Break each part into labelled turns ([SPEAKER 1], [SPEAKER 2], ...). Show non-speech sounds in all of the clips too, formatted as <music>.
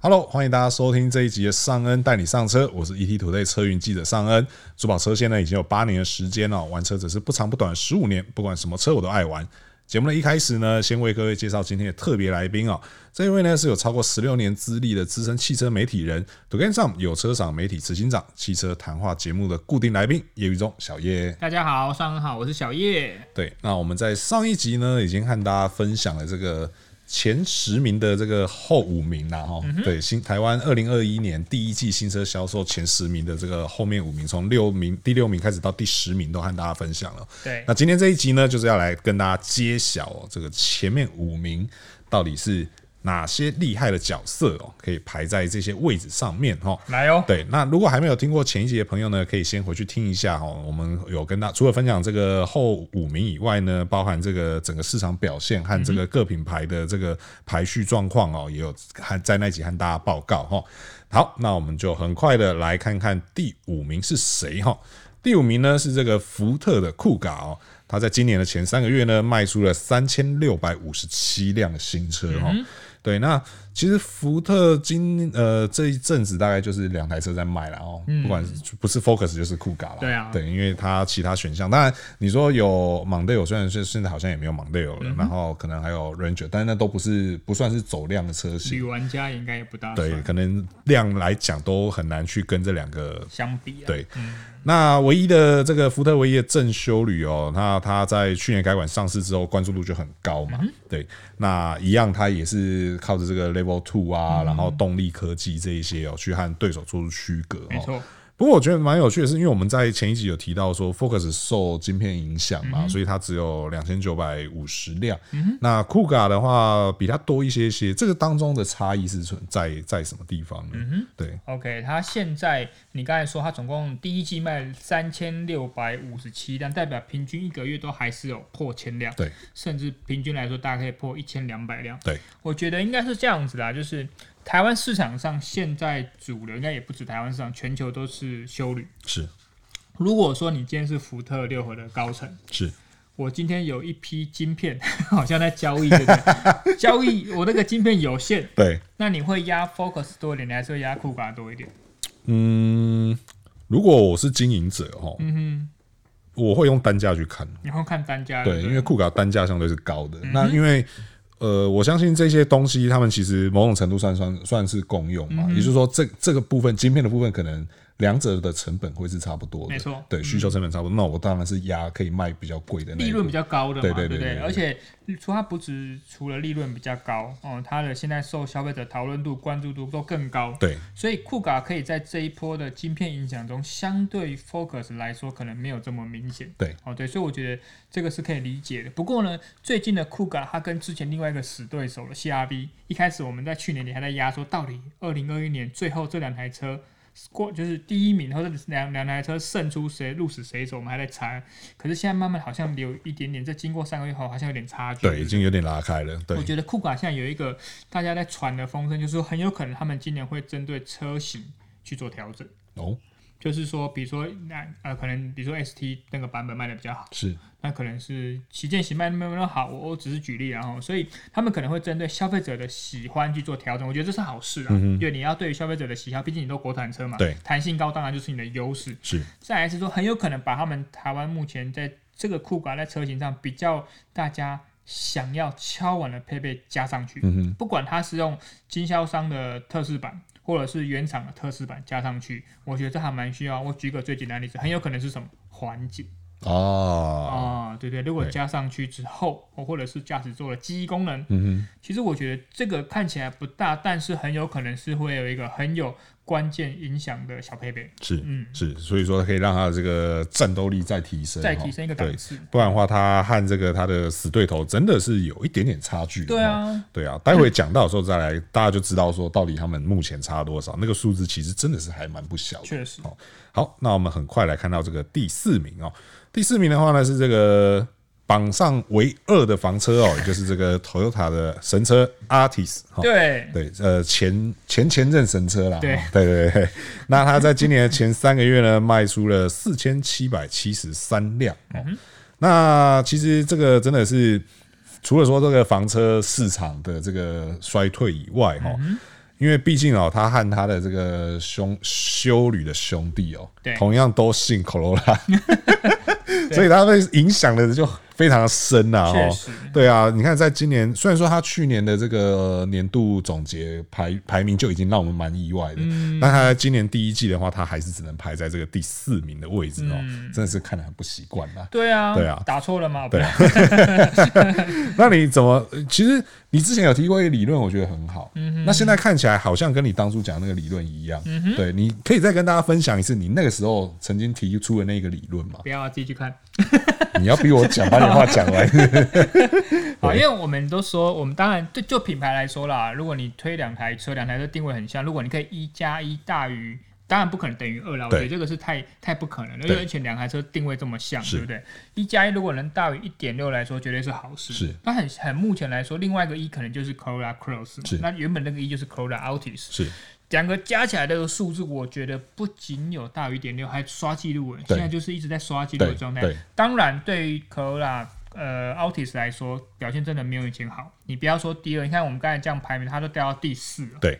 [SPEAKER 1] Hello，欢迎大家收听这一集的尚恩带你上车，我是 ETtoday 车云记者尚恩。主跑车线呢已经有八年的时间了、哦，玩车只是不长不短十五年，不管什么车我都爱玩。节目的一开始呢，先为各位介绍今天的特别来宾哦。这一位呢是有超过十六年资历的资深汽车媒体人 d u g a n 上有车赏媒体执行长、汽车谈话节目的固定来宾叶玉忠小叶。
[SPEAKER 2] 大家好，上午好，我是小叶。
[SPEAKER 1] 对，那我们在上一集呢已经和大家分享了这个前十名的这个后五名啦，哈、对，新台湾二零二一年第一季新车销售前十名的这个后面五名，从六名第六名开始到第十名都和大家分享了。
[SPEAKER 2] 对
[SPEAKER 1] 那今天这一集呢，就是要来跟大家揭晓、哦、这个前面五名到底是哪些厉害的角色哦，可以排在这些位置上面哈、哦。
[SPEAKER 2] 来哦，
[SPEAKER 1] 对，那如果还没有听过前一集的朋友呢，可以先回去听一下哦。我们有跟大除了分享这个后五名以外呢，包含这个整个市场表现和这个各品牌的这个排序状况哦，也有和在那一集和大家报告哈、哦。好，那我们就很快的来看看第五名是谁哈、哦。第五名呢是这个福特的酷咖哦，它在今年的前三个月呢卖出了三千六百五十七辆新车哈、哦。
[SPEAKER 2] 嗯
[SPEAKER 1] 对，那其实福特今呃这一阵子大概就是两台车在卖了哦，不管是不是 Focus 就是酷咖了。
[SPEAKER 2] 嗯对啊
[SPEAKER 1] 对，因为它其他选项，当然你说有 Mondeo，虽然是现在好像也没有 Mondeo 了，
[SPEAKER 2] 嗯
[SPEAKER 1] 然后可能还有 Ranger，但是那都不是不算是走量的车型
[SPEAKER 2] 女。玩家应该也不大
[SPEAKER 1] 对，
[SPEAKER 2] 算
[SPEAKER 1] 可能量来讲都很难去跟这两个
[SPEAKER 2] 相比啊。，
[SPEAKER 1] 对，那唯一的这个福特唯一的正修旅哦，那它在去年改款上市之后，关注度就很高
[SPEAKER 2] 嗯
[SPEAKER 1] 嘛。对，那一样它也是靠着这个 Level Two 啊，
[SPEAKER 2] 嗯
[SPEAKER 1] 然后动力科技这一些哦，去和对手做出区隔、哦。
[SPEAKER 2] 没错，
[SPEAKER 1] 不过我觉得蛮有趣的是，因为我们在前一集有提到说，Focus 受晶片影响
[SPEAKER 2] 嗯
[SPEAKER 1] 嘛，所以它只有两千九百五十辆。那酷咖的话比它多一些些，这个当中的差异是存在在什么地方呢？
[SPEAKER 2] 嗯
[SPEAKER 1] 对，
[SPEAKER 2] OK，它现在你刚才说它总共第一季卖三千六百五十七辆，代表平均一个月都还是有破千辆，
[SPEAKER 1] 对，
[SPEAKER 2] 甚至平均来说大概可以破一千两百辆。
[SPEAKER 1] 对，
[SPEAKER 2] 我觉得应该是这样子啦，就是台湾市场上现在主流应该也不止台湾市场，全球都是修旅。
[SPEAKER 1] 是
[SPEAKER 2] 如果说你今天是福特六合的高层，
[SPEAKER 1] 是，
[SPEAKER 2] 我今天有一批晶片， <laughs> 好像在交易，对不
[SPEAKER 1] <laughs>
[SPEAKER 2] 对？交易我那个晶片有限，
[SPEAKER 1] 对。
[SPEAKER 2] 那你会压 Focus 多一点，你还是会压酷咖多一点？
[SPEAKER 1] 嗯，如果我是经营者哈，
[SPEAKER 2] 嗯
[SPEAKER 1] 我会用单价去看，
[SPEAKER 2] 你会看单价，
[SPEAKER 1] 对，
[SPEAKER 2] 不
[SPEAKER 1] 因为酷卡单价相对是高
[SPEAKER 2] 嗯
[SPEAKER 1] 的。那因为呃，我相信这些东西，他们其实某种程度算算算是共用
[SPEAKER 2] 嗯
[SPEAKER 1] 嘛，也就是说这，这个部分晶片的部分，可能两者的成本会是差不多的，
[SPEAKER 2] 没错嗯
[SPEAKER 1] 对，需求成本差不多。那我当然是压可以卖比较贵的那一
[SPEAKER 2] 利润比
[SPEAKER 1] 部
[SPEAKER 2] 较高的嘛，
[SPEAKER 1] 对对对
[SPEAKER 2] 对不
[SPEAKER 1] 对对
[SPEAKER 2] 而且除它不止除了利润比较高，哦、它的现在受消费者讨论度、关注度都更高，
[SPEAKER 1] 对
[SPEAKER 2] 所以酷咖可以在这一波的晶片影响中，相对于 Focus 来说，可能没有这么明显。
[SPEAKER 1] 对，
[SPEAKER 2] 哦对，所以我觉得这个是可以理解的。不过呢，最近的酷咖它跟之前另外一个死对手的 CRV，一开始我们在去年底还在压缩，到底二零二一年最后这两台车。过就是第一名，或者两两台车胜出谁鹿死谁手，我们还在猜。可是现在慢慢好像有一点点，这经过三个月后好像有点差距。
[SPEAKER 1] 对，已经有点拉开了，对
[SPEAKER 2] 我，觉得酷卡现在有一个大家在传的风声，就是说很有可能他们今年会针对车型去做调整，
[SPEAKER 1] 哦，
[SPEAKER 2] 就是说，比如说那呃，可能比如说 ST 那个版本卖的比较好，
[SPEAKER 1] 是
[SPEAKER 2] 那可能是旗舰型卖的没有那么好，我我只是举例啊，然后所以他们可能会针对消费者的喜欢去做调整，我觉得这是好事啊，因为你要对于消费者的喜好，毕竟你都国产车嘛，
[SPEAKER 1] 嗯对，
[SPEAKER 2] 弹性高当然就是你的优势，
[SPEAKER 1] 是，
[SPEAKER 2] 再来是说，很有可能把他们台湾目前在这个酷咖在车型上比较大家想要敲碗的配备加上去，
[SPEAKER 1] 嗯哼，
[SPEAKER 2] 不管它是用经销商的特仕版，或者是原厂的特仕版加上去，我觉得这还蛮需要。我举个最简单的例子，很有可能是什么环境
[SPEAKER 1] 哦，
[SPEAKER 2] 啊、对对，如果
[SPEAKER 1] 对
[SPEAKER 2] 加上去之后，哦或者是驾驶座的记忆功能，
[SPEAKER 1] 嗯
[SPEAKER 2] 其实我觉得这个看起来不大，但是很有可能是会有一个很有关键影响的小配备，
[SPEAKER 1] 哼，是
[SPEAKER 2] 嗯，
[SPEAKER 1] 是，所以说可以让它的这个战斗力再提升，
[SPEAKER 2] 再
[SPEAKER 1] 哦
[SPEAKER 2] 提升一个
[SPEAKER 1] 对
[SPEAKER 2] 档次。
[SPEAKER 1] 不然的话，他和这个他的死对头真的是有一点点差距。
[SPEAKER 2] 对，啊，
[SPEAKER 1] 对啊，待会讲到的时候再来，大家就知道说到底他们目前差多少。那个数字其实真的是还蛮不小的。
[SPEAKER 2] 确实，
[SPEAKER 1] 好，那我们很快来看到这个第四名哦。第四名的话呢是这个榜上唯二的房车哦，也就是这个 Toyota 的神车 Artis 哈、哦。
[SPEAKER 2] 对，
[SPEAKER 1] 对，呃，前前前任神车啦，
[SPEAKER 2] 对
[SPEAKER 1] 哦对对对，那它在今年的前三个月呢，卖出了四千七百七十三辆哦。
[SPEAKER 2] 嗯
[SPEAKER 1] 那其实这个真的
[SPEAKER 2] 嗯
[SPEAKER 1] 是，除了说这个房车市场的这个衰退以外，哈、因因为毕竟哦，他和他的这个兄修女的兄弟哦
[SPEAKER 2] 对，
[SPEAKER 1] 同样都姓 Corolla，所以他被影响的就非常的深呐、啊、
[SPEAKER 2] 确
[SPEAKER 1] 哦。
[SPEAKER 2] 实，
[SPEAKER 1] 对啊，你看，在今年虽然说他去年的这个年度总结排排名就已经让我们蛮意外的，
[SPEAKER 2] 嗯
[SPEAKER 1] 但他在今年第一季的话，他还是只能排在这个第四名的位置哦，
[SPEAKER 2] 嗯
[SPEAKER 1] 真的是看得很不习惯呐。
[SPEAKER 2] 对啊，
[SPEAKER 1] 对啊
[SPEAKER 2] 打错了嘛，不然
[SPEAKER 1] 那你怎么？呃其实你之前有提过一个理论，我觉得很好。
[SPEAKER 2] 嗯
[SPEAKER 1] 那现在看起来好像跟你当初讲的那个理论一样。对，你可以再跟大家分享一次你那个时候曾经提出的那个理论嘛？
[SPEAKER 2] 不要啊自己去看。
[SPEAKER 1] 你要逼我讲，把你话讲
[SPEAKER 2] <laughs>
[SPEAKER 1] 完。
[SPEAKER 2] 好，啊因为我们都说，我们当然对就品牌来说啦，如果你推两台车，两台车定位很像，如果你可以一加一大于，当然不可能等于二啦，我觉
[SPEAKER 1] 对
[SPEAKER 2] 得这个是太太不可能了，
[SPEAKER 1] 对
[SPEAKER 2] 而且两台车定位这么像，
[SPEAKER 1] 是
[SPEAKER 2] 对不对？一加一如果能大于一点六来说，绝对是好事。
[SPEAKER 1] 是，
[SPEAKER 2] 那很很目前来说，另外一个一可能就是 Corolla Cross，嘛
[SPEAKER 1] 是
[SPEAKER 2] 那原本那个一就是 Corolla Altis，
[SPEAKER 1] 是
[SPEAKER 2] 两个加起来的数字，我觉得不仅有大于一点六，还刷记录诶，
[SPEAKER 1] 对
[SPEAKER 2] 现在就是一直在刷记录的
[SPEAKER 1] 对
[SPEAKER 2] 状态
[SPEAKER 1] 对。
[SPEAKER 2] 当然，对于 Corolla 呃 Altis 来说，表现真的没有以前好。你不要说第二，你看我们刚才这样排名，它都掉到第四了。
[SPEAKER 1] 对。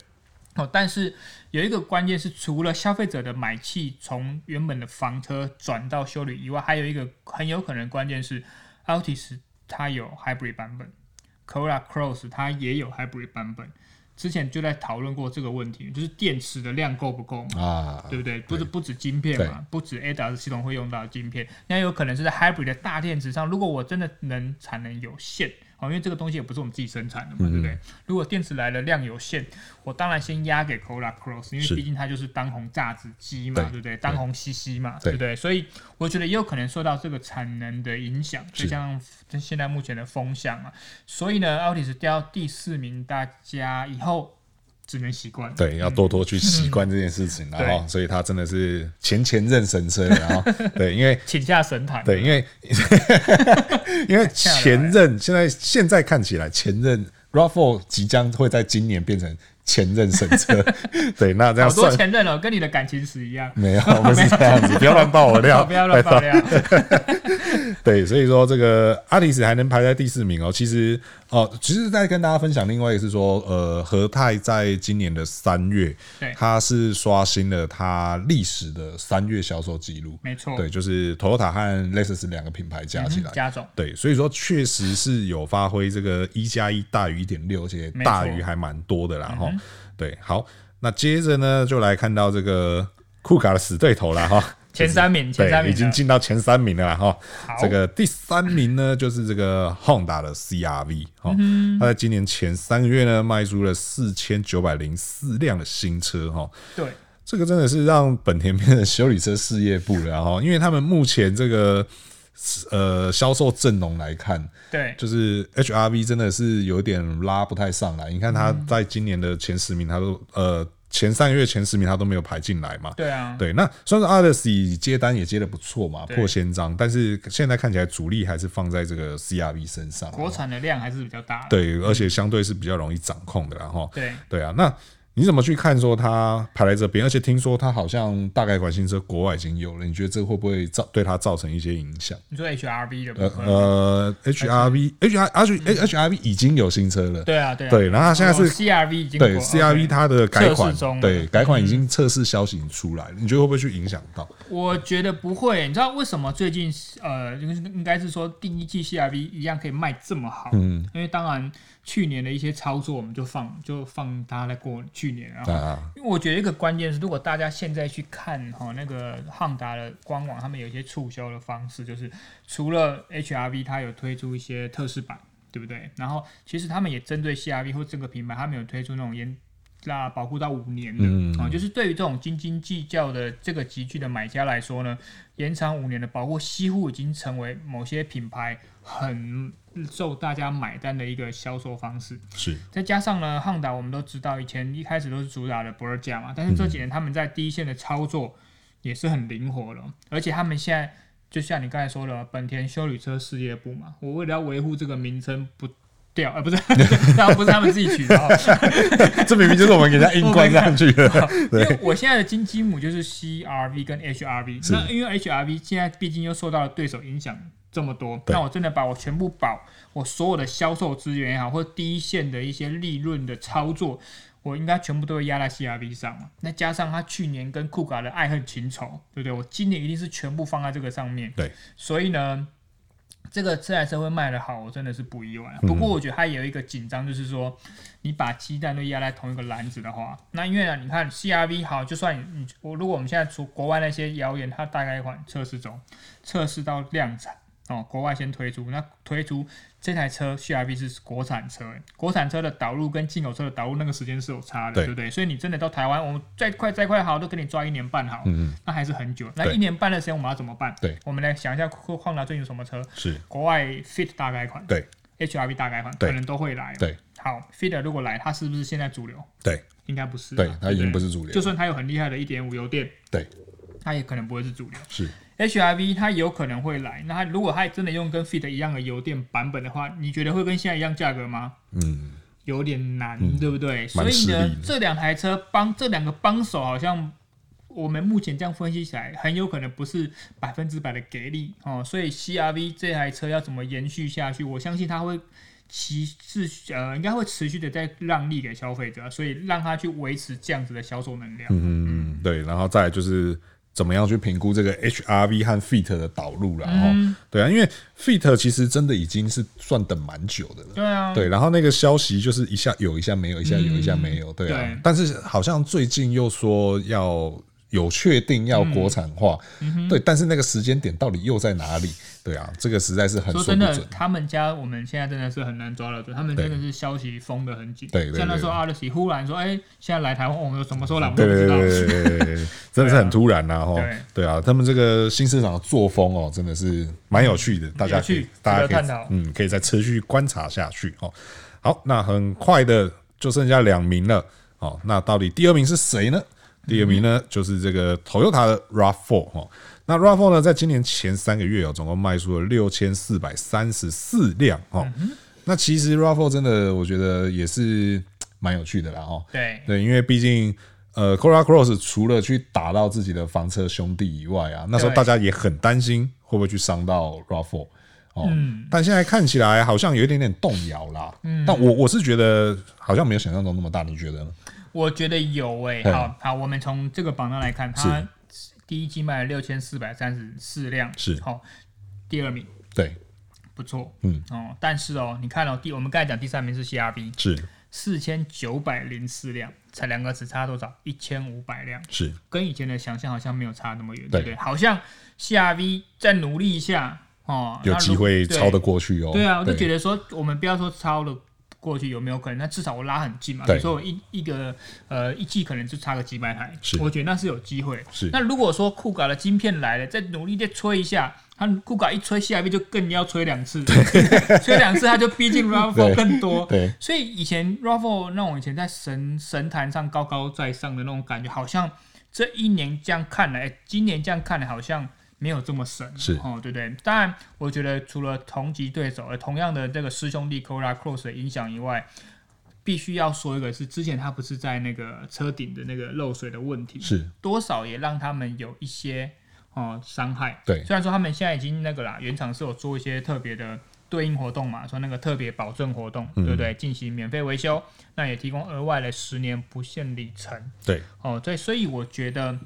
[SPEAKER 2] 哦，但是有一个关键是，除了消费者的买气从原本的房车转到修旅以外，还有一个很有可能关键是，Altis 它有 Hybrid 版本，Corolla Cross 它也有 Hybrid 版本。之前就在讨论过这个问题，就是电池的量够不够嘛？
[SPEAKER 1] 啊，
[SPEAKER 2] 对不对？不是不止晶片嘛，不止 ADAS 系统会用到的晶片，那有可能是在 Hybrid 的大电池上，如果我真的能产能有限，哦，因为这个东西也不是我们自己生产的
[SPEAKER 1] 嗯
[SPEAKER 2] 嘛，对不对？如果电池来的量有限，我当然先压给 Corolla Cross，因
[SPEAKER 1] 是
[SPEAKER 2] 为毕竟它就是当红榨汁机嘛，
[SPEAKER 1] 对
[SPEAKER 2] 对不对？当红 CC 嘛，
[SPEAKER 1] 对
[SPEAKER 2] 对不对？所以我觉得也有可能受到这个产能的影响，
[SPEAKER 1] 是
[SPEAKER 2] 就像现在目前的风向嘛，所以呢，Altis 掉到第四名，大家以后只能习惯。
[SPEAKER 1] 对，要多多去习惯这件事情，然后，
[SPEAKER 2] 对
[SPEAKER 1] 所以他真的是前前任神车，然 <laughs> 后对，因为
[SPEAKER 2] 请下神坛。啊
[SPEAKER 1] 对，因为 <laughs> 因为前任现在现在看起来前任 Raffle 即将会在今年变成前任神车， <laughs> 对，那这样
[SPEAKER 2] 好多
[SPEAKER 1] 算
[SPEAKER 2] 前任哦，跟你的感情史一样。
[SPEAKER 1] 没有，不是这 <laughs> 样子，不要乱爆我料，
[SPEAKER 2] 不要乱
[SPEAKER 1] <laughs>
[SPEAKER 2] 爆料。
[SPEAKER 1] 对，所以说这个阿里斯还能排在第四名哦。其实哦，其实再跟大家分享，另外一个是说，呃，和泰在今年的三月
[SPEAKER 2] 对，
[SPEAKER 1] 它是刷新了它历史的三月销售记录。
[SPEAKER 2] 没错，嗯
[SPEAKER 1] 对，就是 Toyota 和 Lexus 两个品牌加起来，
[SPEAKER 2] 加总
[SPEAKER 1] 对，所以说确实是有发挥这个一加一大于一点六，而且
[SPEAKER 2] 没错嗯
[SPEAKER 1] 大于还蛮多的啦哈。对，好，那接着呢就来看到这个库卡的死对头啦哈，
[SPEAKER 2] 前三名，前三
[SPEAKER 1] 对，
[SPEAKER 2] 名啊
[SPEAKER 1] 已经
[SPEAKER 2] 了
[SPEAKER 1] 进到前三名了啦哈。
[SPEAKER 2] 好
[SPEAKER 1] 这个第三名呢就是这个 Honda 的 CRV 哈，
[SPEAKER 2] 嗯
[SPEAKER 1] 它在今年前三个月呢卖出了四千九百零四辆的新车哈。
[SPEAKER 2] 对
[SPEAKER 1] 这个真的是让本田变成修理车事业部了哈，因为他们目前这个呃销售阵容来看，
[SPEAKER 2] 对
[SPEAKER 1] 就是 HRV 真的是有点拉不太上来。你看它
[SPEAKER 2] 嗯
[SPEAKER 1] 在今年的前十名，它都呃前三个月前十名它都没有排进来嘛。
[SPEAKER 2] 对啊，
[SPEAKER 1] 对，那虽然说 Odyssey 接单也接的不错嘛，
[SPEAKER 2] 对
[SPEAKER 1] 破千张，但是现在看起来主力还是放在这个 CRV 身上。啊
[SPEAKER 2] 国产的量还是比较大的。
[SPEAKER 1] 对，而且相对是比较容易掌控的啦，然后
[SPEAKER 2] 对
[SPEAKER 1] 对啊，那你怎么去看说它排在这边？而且听说它好像大改款新车国外已经有了，你觉得这会不会造对它造成一些影响？
[SPEAKER 2] 你说 HRV 的部
[SPEAKER 1] 呃
[SPEAKER 2] 分，
[SPEAKER 1] 呃，HRV HR HR HRV 已经有新车了，
[SPEAKER 2] 对啊对啊，
[SPEAKER 1] 对，然后它现在
[SPEAKER 2] 哦
[SPEAKER 1] 是
[SPEAKER 2] CRV 已经
[SPEAKER 1] 对
[SPEAKER 2] 过
[SPEAKER 1] CRV
[SPEAKER 2] OK
[SPEAKER 1] 它的改
[SPEAKER 2] 测
[SPEAKER 1] 款
[SPEAKER 2] 试中，了嗯
[SPEAKER 1] 对改款已经测试消息已经出来了，你觉得会不会去影响到？
[SPEAKER 2] 我觉得不会，你知道为什么最近呃，就是应该是说第一季 CRV 一样可以卖这么好？
[SPEAKER 1] 嗯，
[SPEAKER 2] 因为当然去年的一些操作，我们就放就放它在过去年，然后
[SPEAKER 1] 啊，
[SPEAKER 2] 因为我觉得一个关键是，如果大家现在去看哈、那个汉达的官网，他们有一些促销的方式，就是除了 HRV 它有推出一些特仕版，对不对？然后其实他们也针对 CRV 或这个品牌，他们有推出那种延那保护到五年的
[SPEAKER 1] 嗯
[SPEAKER 2] 啊、就是对于这种斤斤计较的这个集聚的买家来说呢，延长五年的保护几乎已经成为某些品牌很受大家买单的一个销售方式。
[SPEAKER 1] 是
[SPEAKER 2] 再加上呢，汉达我们都知道，以前一开始都是主打的博尔加嘛，但是这几年他们在第一线的操作也是很灵活了，而且他们现在就像你刚才说了，本田修理车事业部嘛，我为了要维护这个名称不掉，呃，不是， <laughs> 当然不是他们自己取的、哦，
[SPEAKER 1] 这明明就是我们给人家硬灌上去的，
[SPEAKER 2] 因为 <laughs> 我现在的金鸡母就是 CRV 跟 HRV，
[SPEAKER 1] 是
[SPEAKER 2] 那因为 HRV 现在毕竟又受到了对手影响这么多，
[SPEAKER 1] 对
[SPEAKER 2] 那我真的把我全部保我所有的销售资源也好，或第一线的一些利润的操作，我应该全部都会压在 CRV 上嘛。那加上他去年跟库卡的爱恨情仇，对不对？我今年一定是全部放在这个上面。
[SPEAKER 1] 对，
[SPEAKER 2] 所以呢，这个这台车会卖得好，我真的是不意外啊。不过我觉得它也有一个紧张，就是说你把鸡蛋都压在同一个篮子的话，那因为啊呢，你看 CRV 好，就算你你我如果我们现在出国外那些谣言，它大概款测试中，测试到量产。哦，国外先推出，那推出这台车 CRV 是国产车，欸国产车的导入跟进口车的导入那个时间是有差的，
[SPEAKER 1] 对
[SPEAKER 2] 对不对？所以你真的到台湾，我们再快再快好，都给你抓一年半好，
[SPEAKER 1] 嗯嗯，
[SPEAKER 2] 那还是很久。那
[SPEAKER 1] 对
[SPEAKER 2] 一年半的时间我们要怎么办？
[SPEAKER 1] 对，
[SPEAKER 2] 我们来想一下库旷达最近有什么车？
[SPEAKER 1] 是
[SPEAKER 2] 国外 Fit 大改款，
[SPEAKER 1] 对
[SPEAKER 2] ，HRV 大改款
[SPEAKER 1] 对
[SPEAKER 2] 可能都会来。
[SPEAKER 1] 对，
[SPEAKER 2] 好，Fit 如果来，它是不是现在主流？
[SPEAKER 1] 对
[SPEAKER 2] 应该不是嘛。
[SPEAKER 1] 对，它已经不
[SPEAKER 2] 是
[SPEAKER 1] 是主
[SPEAKER 2] 就
[SPEAKER 1] 流，
[SPEAKER 2] 算它有很厉害的1.5油电，
[SPEAKER 1] 对，
[SPEAKER 2] 它也可能不会是主流。
[SPEAKER 1] 是
[SPEAKER 2] HRV 它有可能会来，那它如果它真的用跟 Fit 一样的油电版本的话，你觉得会跟现在一样价格吗？
[SPEAKER 1] 嗯，
[SPEAKER 2] 有点难，
[SPEAKER 1] 嗯
[SPEAKER 2] 对不对？
[SPEAKER 1] 蛮
[SPEAKER 2] 所
[SPEAKER 1] 吃
[SPEAKER 2] 以
[SPEAKER 1] 力的
[SPEAKER 2] 呢，这两台车帮这两个帮手好像。我们目前这样分析起来，很有可能不是百分之百的给力哦，所以 CRV 这台车要怎么延续下去？我相信它会持续呃，应该会持续的在让利给消费者，所以让它去维持这样子的销售能量。
[SPEAKER 1] 嗯，对，然后再来就是怎么样去评估这个 HRV 和 Fit 的导入啦。然后、
[SPEAKER 2] 嗯
[SPEAKER 1] 对啊，因为 Fit 其实真的已经是算等蛮久的了。
[SPEAKER 2] 对啊，
[SPEAKER 1] 对，然后那个消息就是一下有，一下没有，一下有，一下没有，对啊。
[SPEAKER 2] 嗯对
[SPEAKER 1] 但是好像最近又说要有确定要国产化，
[SPEAKER 2] 嗯
[SPEAKER 1] 对，但是那个时间点到底又在哪里？对啊，这个实在是很
[SPEAKER 2] 说
[SPEAKER 1] 说
[SPEAKER 2] 真
[SPEAKER 1] 不
[SPEAKER 2] 的
[SPEAKER 1] 准，。
[SPEAKER 2] 他们家我们现在真的是很难抓得准，他们真的是消息封得很紧。
[SPEAKER 1] 对对对
[SPEAKER 2] 像那时候
[SPEAKER 1] 对
[SPEAKER 2] 阿勒西忽然说，哎、现在来台湾，我们什么时候来，我们都
[SPEAKER 1] 对对
[SPEAKER 2] 不知道。
[SPEAKER 1] 对对对对，对真的是很突然呐、啊、吼
[SPEAKER 2] 对
[SPEAKER 1] 对啊，他们这个新市场的作风哦，真的是蛮有趣的，大家可
[SPEAKER 2] 有
[SPEAKER 1] 以
[SPEAKER 2] 趣
[SPEAKER 1] 大家
[SPEAKER 2] 值得
[SPEAKER 1] 可
[SPEAKER 2] 探
[SPEAKER 1] 以
[SPEAKER 2] 讨
[SPEAKER 1] 嗯，可以再持续观察下去哦。好，那很快的就剩下两名了哦。那到底第二名是谁呢？第二名呢，
[SPEAKER 2] 嗯
[SPEAKER 1] 就是这个 Toyota 的 RAV4 哦。那 RAV4 呢，在今年前三个月哦，总共卖出了六千四百三十四辆哦。
[SPEAKER 2] 嗯
[SPEAKER 1] 那其实 RAV4 真的，我觉得也是蛮有趣的啦哦。
[SPEAKER 2] 对
[SPEAKER 1] 对，因为毕竟呃 c o r a Cross 除了去打到自己的房车兄弟以外啊，那时候
[SPEAKER 2] 对
[SPEAKER 1] 大家也很担心会不会去伤到 Raffle 哦，
[SPEAKER 2] 嗯
[SPEAKER 1] 但现在看起来好像有一点点动摇啦。嗯，但我我是觉得好像没有想象中那么大，你觉得呢？
[SPEAKER 2] 我觉得有哎、
[SPEAKER 1] 嗯
[SPEAKER 2] 好好，我们从这个榜单来看，它第一季卖了六千四百三十四辆，
[SPEAKER 1] 是
[SPEAKER 2] 好、第二名
[SPEAKER 1] 对，
[SPEAKER 2] 不错，
[SPEAKER 1] 嗯
[SPEAKER 2] 哦，但是哦，你看哦，第我们刚才讲第三名是 CRV，
[SPEAKER 1] 是
[SPEAKER 2] 四千九百零四辆，才两个只差多少？一千五百辆。
[SPEAKER 1] 是，
[SPEAKER 2] 跟以前的想象好像没有差那么远，
[SPEAKER 1] 对
[SPEAKER 2] 对不对？好像 CRV 再努力一下哦，
[SPEAKER 1] 有
[SPEAKER 2] 那如
[SPEAKER 1] 机会
[SPEAKER 2] 对
[SPEAKER 1] 超得过去哦。
[SPEAKER 2] 对啊，我就觉
[SPEAKER 1] 得
[SPEAKER 2] 得说，我们不要说超了过去有没有可能，那至少我拉很近嘛。比
[SPEAKER 1] 对
[SPEAKER 2] 如说我一一个呃一季可能就差个几百台
[SPEAKER 1] 是，
[SPEAKER 2] 我觉得那是有机会。
[SPEAKER 1] 是
[SPEAKER 2] 那如果说酷嘎的晶片来了，再努力再吹一下，它酷嘎一吹，CRV 就更要吹两次， <laughs> 吹两次它就逼
[SPEAKER 1] <laughs>
[SPEAKER 2] 近 RAV4
[SPEAKER 1] 对
[SPEAKER 2] 更多。
[SPEAKER 1] 对
[SPEAKER 2] 所以以前 Raffle 那种以前在神神坛上高高在上的那种感觉，好像这一年这样看来，诶今年这样看来好像没有这么神，
[SPEAKER 1] 是
[SPEAKER 2] 哦，对不对？当然，我觉得除了同级对手，呃，同样的这个师兄弟 Cora Cross 的影响以外，必须要说一个是之前他不是在那个车顶的那个漏水的问题，
[SPEAKER 1] 是
[SPEAKER 2] 多少也让他们有一些哦伤害。
[SPEAKER 1] 对
[SPEAKER 2] 虽然说他们现在已经那个啦，原厂是有做一些特别的对应活动嘛，说那个特别保证活动，
[SPEAKER 1] 嗯
[SPEAKER 2] 对不对？进行免费维修，那也提供额外的十年不限里程。
[SPEAKER 1] 对
[SPEAKER 2] 哦，对，所以我觉得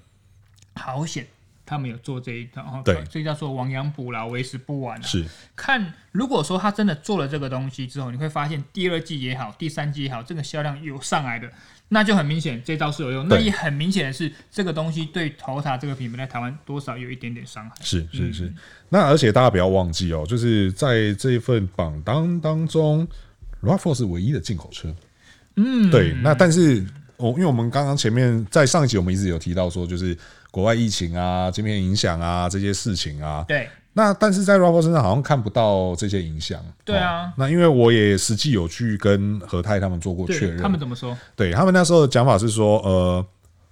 [SPEAKER 2] 好险。他们有做这一套，哦
[SPEAKER 1] 对
[SPEAKER 2] 所以叫做亡羊补牢，为时不晚啊。
[SPEAKER 1] 是
[SPEAKER 2] 看，如果说他真的做了这个东西之后，你会发现第二季也好，第三季也好，这个销量有上来的，那就很明显这招是有用。那
[SPEAKER 1] 对
[SPEAKER 2] 也很明显的是，这个东西对 Toyota 这个品牌在台湾多少有一点点伤害。
[SPEAKER 1] 是是
[SPEAKER 2] 嗯
[SPEAKER 1] 是。那而且大家不要忘记哦，就是在这一份榜单当中 r a f f l 是唯一的进口车。
[SPEAKER 2] 嗯，
[SPEAKER 1] 对，那但是我因为我们刚刚前面在上一集我们一直有提到说，就是国外疫情啊、这边影响啊这些事情啊，
[SPEAKER 2] 对
[SPEAKER 1] 那但是在 Raffle 身上好像看不到这些影响。
[SPEAKER 2] 对啊
[SPEAKER 1] 哦那因为我也实际有去跟和泰他们做过确
[SPEAKER 2] 对，
[SPEAKER 1] 认，啊
[SPEAKER 2] 他们怎么说？
[SPEAKER 1] 对他们那时候的讲法是说，呃，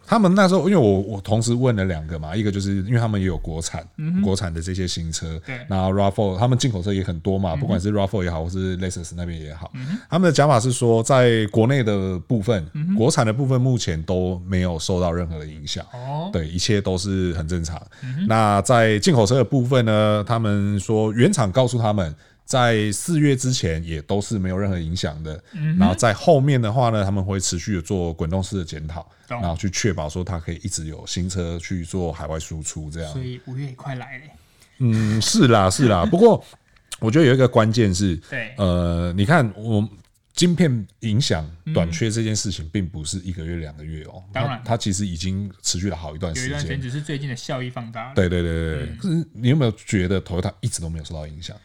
[SPEAKER 1] 他们那时候因为我我同时问了两个嘛，一个就是因为他们也有国产、国产的这些新车，
[SPEAKER 2] 对
[SPEAKER 1] 然后 RAV4 他们进口车也很多嘛，不管是 RAV4 也好，或是 Lexus 那边也好，他们的讲法是说，在国内的部分，国产的部分目前都没有受到任何的影响。
[SPEAKER 2] 哦，
[SPEAKER 1] 对，一切都是很正常。那在进口车的部分呢，他们说原厂告诉他们，在四月之前也都是没有任何影响的。
[SPEAKER 2] 嗯
[SPEAKER 1] 然后在后面的话呢，他们会持续的做滚动式的检讨，
[SPEAKER 2] 懂
[SPEAKER 1] 然后去确保说它可以一直有新车去做海外输出这样
[SPEAKER 2] 所。以五月也快来了。
[SPEAKER 1] 嗯，是啦，是啦。不过我觉得有一个关键是，
[SPEAKER 2] 对
[SPEAKER 1] 呃，你看我。晶片影响短缺这件事情，并不是一个月、两个月哦，
[SPEAKER 2] 嗯当然
[SPEAKER 1] 它它其实已经持续了好一段
[SPEAKER 2] 有
[SPEAKER 1] 时
[SPEAKER 2] 一段时
[SPEAKER 1] 间
[SPEAKER 2] 间。只是最近的效益放大了。
[SPEAKER 1] 对对对对对。可是你有没有觉得 Toyota 一直都没有受到影响？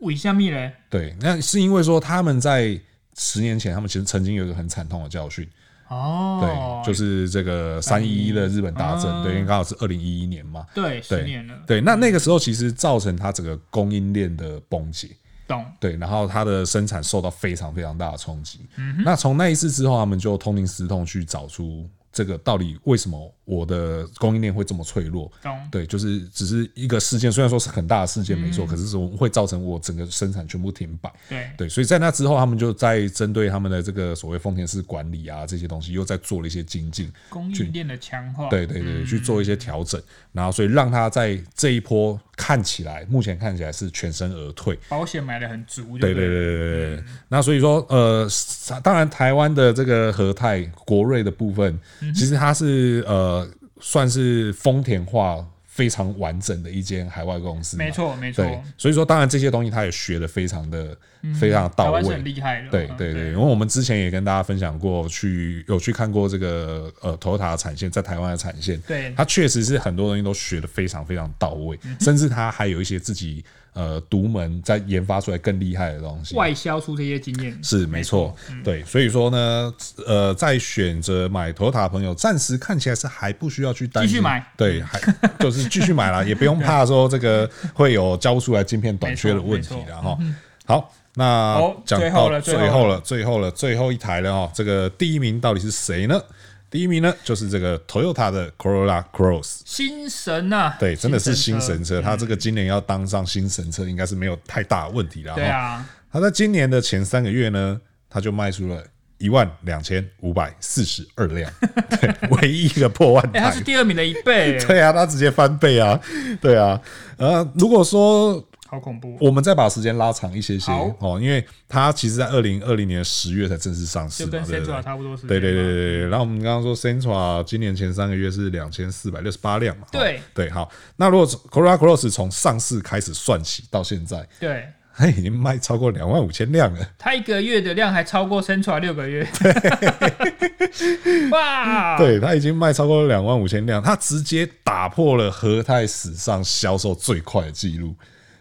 [SPEAKER 2] 为什么呢？
[SPEAKER 1] 对，那是因为说他们在十年前，他们其实曾经有一个很惨痛的教训，
[SPEAKER 2] 哦，
[SPEAKER 1] 对，就是这个三一一的日本大震，
[SPEAKER 2] 啊
[SPEAKER 1] 对，因为刚好是二零一一年嘛，
[SPEAKER 2] 对，十
[SPEAKER 1] 对
[SPEAKER 2] 年了，
[SPEAKER 1] 对，那那个时候其实造成它整个供应链的崩解，
[SPEAKER 2] 懂
[SPEAKER 1] 对，然后它的生产受到非常非常大的冲击。那从那一次之后，他们就痛定思痛去找出这个到底为什么我的供应链会这么脆弱，
[SPEAKER 2] 懂。
[SPEAKER 1] 对，就是只是一个事件，虽然说是很大的事件没错，可是是会造成我整个生产全部停摆。
[SPEAKER 2] 对，
[SPEAKER 1] 对，所以在那之后，他们就在针对他们的这个所谓丰田式管理啊这些东西，又在做了一些精进。
[SPEAKER 2] 供应链的强化，
[SPEAKER 1] 对对对，去做一些调整，然后所以让它在这一波看起来，目前看起来是全身而退。
[SPEAKER 2] 保险买的很足，
[SPEAKER 1] 对
[SPEAKER 2] 对
[SPEAKER 1] 对对对对对对。那所以说，呃，当然台湾的这个和泰国瑞的部分，其实它是呃算是丰田化非常完整的一间海外公司嘛，
[SPEAKER 2] 没错没错，嗯
[SPEAKER 1] 对，所以说当然这些东西它也学的非常的、非常
[SPEAKER 2] 台
[SPEAKER 1] 到
[SPEAKER 2] 湾是
[SPEAKER 1] 位
[SPEAKER 2] 很。厉害的，
[SPEAKER 1] 对
[SPEAKER 2] 嗯
[SPEAKER 1] 对对，因为我们之前也跟大家分享过，去有去看过这个呃 Toyota 的产线，在台湾的产线，
[SPEAKER 2] 对嗯
[SPEAKER 1] 它确实是很多东西都学的非常非常到位，甚至它还有一些自己呃独门在研发出来更厉害的东西。
[SPEAKER 2] 外销出这些经验
[SPEAKER 1] 是没错，
[SPEAKER 2] 嗯
[SPEAKER 1] 对，所以说呢，呃，在选择买 Toyota 的朋友，暂时看起来是还不需要去担心，
[SPEAKER 2] 继续买
[SPEAKER 1] 对，还就是继续买啦，也不用怕说这个会有交不出来晶片短缺的问题
[SPEAKER 2] 没错
[SPEAKER 1] 啦。哈。好，那
[SPEAKER 2] 好
[SPEAKER 1] 讲
[SPEAKER 2] 最后
[SPEAKER 1] 到
[SPEAKER 2] 了最
[SPEAKER 1] 最
[SPEAKER 2] 后
[SPEAKER 1] 后了，最后了，最后一台了哈，这个第一名到底是谁呢？第一名呢，就是这个 Toyota 的 Corolla Cross。
[SPEAKER 2] 新神呐，
[SPEAKER 1] 对，真的是新神
[SPEAKER 2] 车，
[SPEAKER 1] 车，
[SPEAKER 2] 嗯
[SPEAKER 1] 它这个今年要当上新神车，应该是没有太大问题啦。
[SPEAKER 2] 对
[SPEAKER 1] 哈
[SPEAKER 2] 啊，
[SPEAKER 1] 它在今年的前三个月呢，它就卖出了一万两千五百四十二辆， <laughs> 对，唯一一个破万
[SPEAKER 2] 哎，它
[SPEAKER 1] 台
[SPEAKER 2] 是。第二名的一倍，
[SPEAKER 1] <laughs> 对啊，它直接翻倍啊！对啊，呃，如果说
[SPEAKER 2] 好恐怖，哦
[SPEAKER 1] 我们再把时间拉长一些些
[SPEAKER 2] 好
[SPEAKER 1] 哦，因为它其实在二零二零年十月才正式上市嘛，
[SPEAKER 2] 就跟
[SPEAKER 1] 啊对不
[SPEAKER 2] Sentra
[SPEAKER 1] 对？
[SPEAKER 2] 差不多时间
[SPEAKER 1] 对
[SPEAKER 2] 嘛，
[SPEAKER 1] 对对对对，然后我们刚刚说 Sentra 今年前三个月是两千四百六十八辆嘛，哦
[SPEAKER 2] 对
[SPEAKER 1] 对，好，那如果 Corolla Cross 从上市开始算起到现在，
[SPEAKER 2] 对，
[SPEAKER 1] 它已经卖超过两万五千辆了，
[SPEAKER 2] 它一个月的量还超过 Sentra 六
[SPEAKER 1] <laughs>
[SPEAKER 2] 个月，哇，
[SPEAKER 1] 对，它已经卖超过两万五千辆，它直接打破了和泰史上销售最快的记录。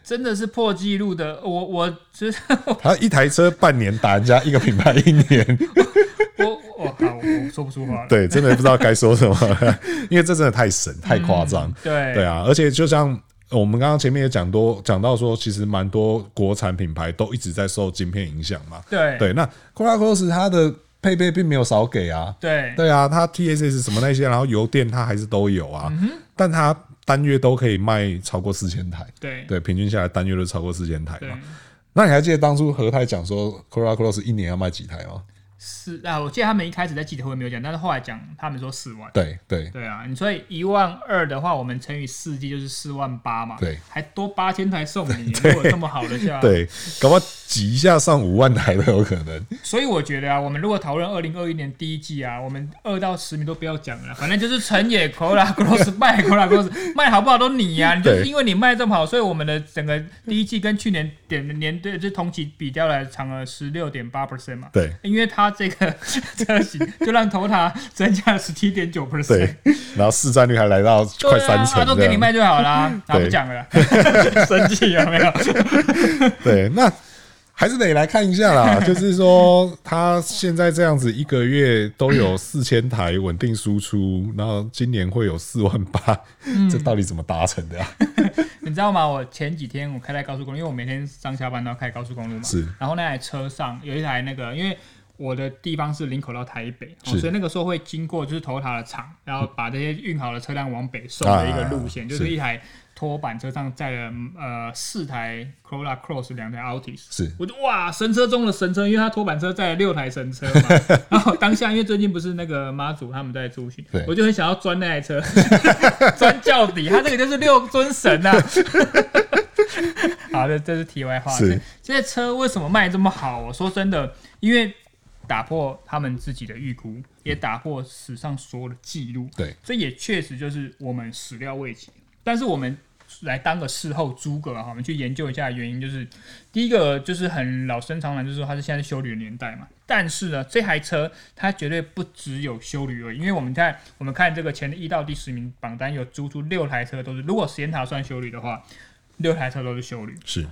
[SPEAKER 2] 真的是破纪录的，我 <laughs> 我知
[SPEAKER 1] 它一台车半年打人家一个品牌一年， <laughs>
[SPEAKER 2] 我我好，我说不出话了，
[SPEAKER 1] 对，真的不知道该说什么了，因为这真的太神太夸张。
[SPEAKER 2] 嗯对
[SPEAKER 1] 对啊，而且就像我们刚刚前面也讲多讲到说，其实蛮多国产品牌都一直在受晶片影响嘛。
[SPEAKER 2] 对
[SPEAKER 1] 对，那 c o r a Cross 它的配备并没有少给啊。
[SPEAKER 2] 对
[SPEAKER 1] 对啊，它 TSS 什么那些，然后油电它还是都有啊，
[SPEAKER 2] 嗯
[SPEAKER 1] 但它单月都可以卖超过四千台，
[SPEAKER 2] 对
[SPEAKER 1] 对，平均下来单月都超过四千台
[SPEAKER 2] 对
[SPEAKER 1] 嘛。那你还记得当初和泰讲说 c o r a Cross 一年要卖几台吗？
[SPEAKER 2] 是啊，我记得他们一开始在记者会没有讲，但是后来讲他们说四万。
[SPEAKER 1] 对对
[SPEAKER 2] 对啊，你所以一万二的话，我们乘以四季就是四万八嘛，
[SPEAKER 1] 对
[SPEAKER 2] 还多八千台送
[SPEAKER 1] <laughs>
[SPEAKER 2] 你，如果这么好的下，，
[SPEAKER 1] 对，搞不好挤一下上五万台都有可能。
[SPEAKER 2] 所以我觉得啊，我们如果讨论二零二一年第一季啊，我们二到十名都不要讲了，反正就是成也
[SPEAKER 1] <laughs>
[SPEAKER 2] Cola Cross，卖 Cola Cross，卖好不好都你呀、你就是
[SPEAKER 1] 对
[SPEAKER 2] 因为你卖这么好，所以我们的整个第一季跟去年点年对就同期比较来，涨了十六点八 percent 嘛，
[SPEAKER 1] 对
[SPEAKER 2] 因为它这个车型就让头塔增加了十七点九 percent
[SPEAKER 1] 对。， <laughs> 然后市占率还来到快三
[SPEAKER 2] 对啊
[SPEAKER 1] 成
[SPEAKER 2] 啊，都
[SPEAKER 1] 这
[SPEAKER 2] 给你
[SPEAKER 1] 样
[SPEAKER 2] 卖就好
[SPEAKER 1] <laughs>
[SPEAKER 2] 啦，啊，
[SPEAKER 1] 对
[SPEAKER 2] 不讲了， <laughs> 生气有没有？
[SPEAKER 1] <laughs> 对，那还是得来看一下啦。就是说，它现在这样子一个月都有四千台稳定输出，然后今年会有四万八，这到底怎么达成的啊？
[SPEAKER 2] 你知道吗？我前几天我开在高速公路，因为我每天上下班都要开高速公路嘛。
[SPEAKER 1] 是。
[SPEAKER 2] 然后那台车上有一台那个，因为我的地方是林口到台北，哦、
[SPEAKER 1] 是
[SPEAKER 2] 所以那个时候会经过就是头塔的厂，然后把这些运好的车辆往北送的一个路线，
[SPEAKER 1] 啊
[SPEAKER 2] 就是
[SPEAKER 1] 是
[SPEAKER 2] 一台拖板车上载了呃四台 Corolla Cross 两台 Altis。
[SPEAKER 1] 是
[SPEAKER 2] 我就哇，神车中的神车，因为他拖板车载了六台神车嘛。 <laughs> 然后当下因为最近不是那个妈祖他们在出巡
[SPEAKER 1] 对，
[SPEAKER 2] 我就很 <laughs> 想要钻那台车，钻轿底。他这个就是六尊神呐、 <laughs> 好的，这是题外话。
[SPEAKER 1] 是
[SPEAKER 2] 这这些车为什么卖这么好？我说真的，因为打破他们自己的预估，也打破史上所有的记录。
[SPEAKER 1] 对，
[SPEAKER 2] 这也确实就是我们始料未及。但是我们来当个事后诸葛啊哈，我们去研究一下原因，就是第一个就是很老生常谈，就是说它是现在是修旅的年代嘛。但是呢，这台车它绝对不只有修旅哦而已，因为我们看我们看这个前一到第十名榜单有租出六台车都是，如果时间塔算修旅的话，六台车都是修旅。
[SPEAKER 1] 是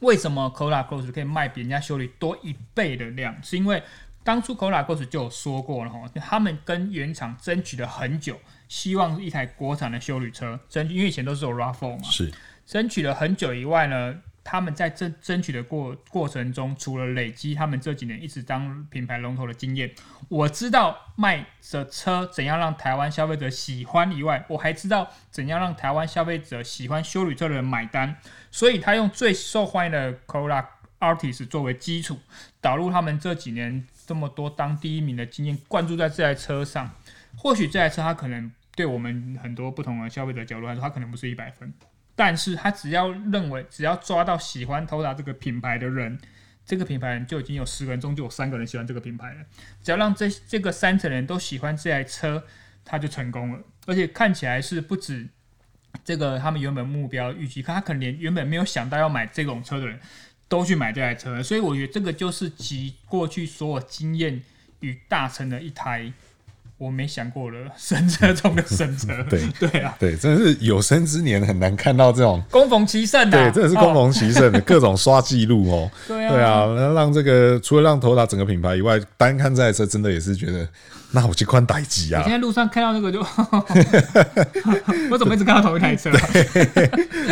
[SPEAKER 2] 为什么 Corolla Cross 可以卖比人家修理多一倍的量？是因为当初 Corolla Cross 就有说过了哈，他们跟原厂争取了很久，希望一台国产的修理车，争取因为以前都是有 RAV4 嘛，
[SPEAKER 1] 是
[SPEAKER 2] 争取了很久以外呢，他们在争争取的过过程中，除了累积他们这几年一直当品牌龙头的经验，我知道卖着车怎样让台湾消费者喜欢以外，我还知道怎样让台湾消费者喜欢修旅车的人买单，所以他用最受欢迎的 Corolla Artis 作为基础，导入他们这几年这么多当第一名的经验，灌注在这台车上。或许这台车它可能对我们很多不同的消费者角度来说，它可能不是一百分，但是他只要认为，只要抓到喜欢投打这个品牌的人，这个品牌人就已经有十个人中就有三个人喜欢这个品牌了。只要让这这个三成人都喜欢这台车，他就成功了。而且看起来是不止这个他们原本目标预期，他可能连原本没有想到要买这种车的人都去买这台车了。所以我觉得这个就是集过去所有经验与大成的一台我没想过的 <laughs> 神车中的神车。
[SPEAKER 1] 对
[SPEAKER 2] 对啊，
[SPEAKER 1] 对，真的是有生之年很难看到这种，
[SPEAKER 2] 攻逢其胜啊！
[SPEAKER 1] 对，真的是
[SPEAKER 2] 哦
[SPEAKER 1] 攻逢其胜的各种刷记录哦。
[SPEAKER 2] 对啊，
[SPEAKER 1] 对啊，那让这个除了让头打整个品牌以外，单看这台车真的也是觉得，那我去宽逮鸡
[SPEAKER 2] 我 <laughs>
[SPEAKER 1] 啊
[SPEAKER 2] 现！在路上看到
[SPEAKER 1] <laughs>
[SPEAKER 2] 那个就，我怎么一直看到同一台车啊？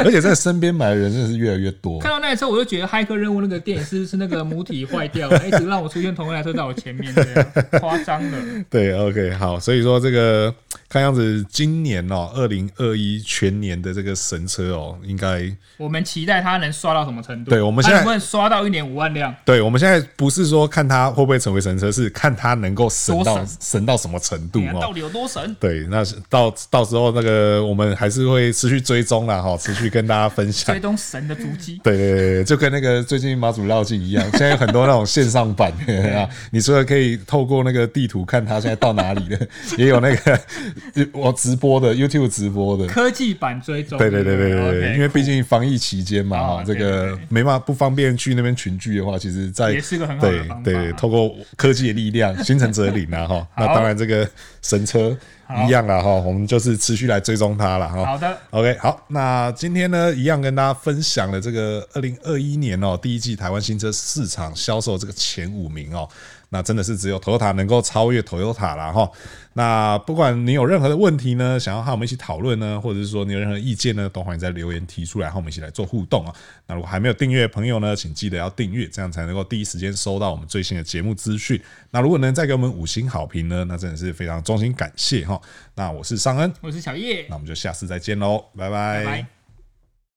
[SPEAKER 1] 而且在身边买的人真的是越来越多
[SPEAKER 2] 看。到那台车，我就觉得《骇客任务》那个电影是是那个母体坏
[SPEAKER 1] <laughs>
[SPEAKER 2] 掉了，一直让我出现同一台车在我前面，这样夸张
[SPEAKER 1] <laughs>
[SPEAKER 2] 了。
[SPEAKER 1] 对，OK，好，所以说这个看样子今年哦，二零二一全年的这个神车哦，应该
[SPEAKER 2] 我们期待它能刷到什么程度？
[SPEAKER 1] 对我们现在
[SPEAKER 2] 它能不能刷到一点五万辆？
[SPEAKER 1] 对，我们现在不是说看它会不会成为神车，是看它能够神
[SPEAKER 2] 多
[SPEAKER 1] 到
[SPEAKER 2] 神哎
[SPEAKER 1] 神到什么程度
[SPEAKER 2] 你看到
[SPEAKER 1] 哦。
[SPEAKER 2] 底有多神？
[SPEAKER 1] 对，那是到到时候那个我们还是会持续追踪啦，哈，持续跟大家分享
[SPEAKER 2] 追。踪神的足迹。
[SPEAKER 1] 对对对，对就跟那个最近马祖绕境一样，现在有很多那种线上版啊，你除了可以透过那个地图看它现在到哪里了，也有那个 <laughs> 我直播的 YouTube 直播的，
[SPEAKER 2] 科技版追踪，
[SPEAKER 1] 对对对对对
[SPEAKER 2] OK，
[SPEAKER 1] 对，因为毕竟防疫期间嘛，
[SPEAKER 2] 哦
[SPEAKER 1] 哈，这
[SPEAKER 2] 对对
[SPEAKER 1] 个
[SPEAKER 2] 对
[SPEAKER 1] 没办法不方便去那边群聚的话，其实在
[SPEAKER 2] 也是个很好的
[SPEAKER 1] 对
[SPEAKER 2] 方法
[SPEAKER 1] 对，对透过科技的力量，形成则灵啊哈。那当然，这个神车一样啊啦哈，我们就是持续来追踪它了哈。
[SPEAKER 2] 好的，
[SPEAKER 1] 哦 OK，好，那今天呢，一样跟大家分享了这个二零二一年哦，第一季台湾新车市场销售这个前五名哦，那真的是只有 Toyota 能够超越 Toyota 啦哈。那不管你有任何的问题呢，想要和我们一起讨论呢，或者是说你有任何意见呢，都欢迎在留言提出来，和我们一起来做互动啊、那如果还没有订阅的朋友呢，请记得要订阅，这样才能够第一时间收到我们最新的节目资讯。那如果能再给我们五星好评呢，那真的是非常衷心感谢哈。那我是尚恩，
[SPEAKER 2] 我是小叶，
[SPEAKER 1] 那我们就下次再见喽，拜
[SPEAKER 2] 拜拜。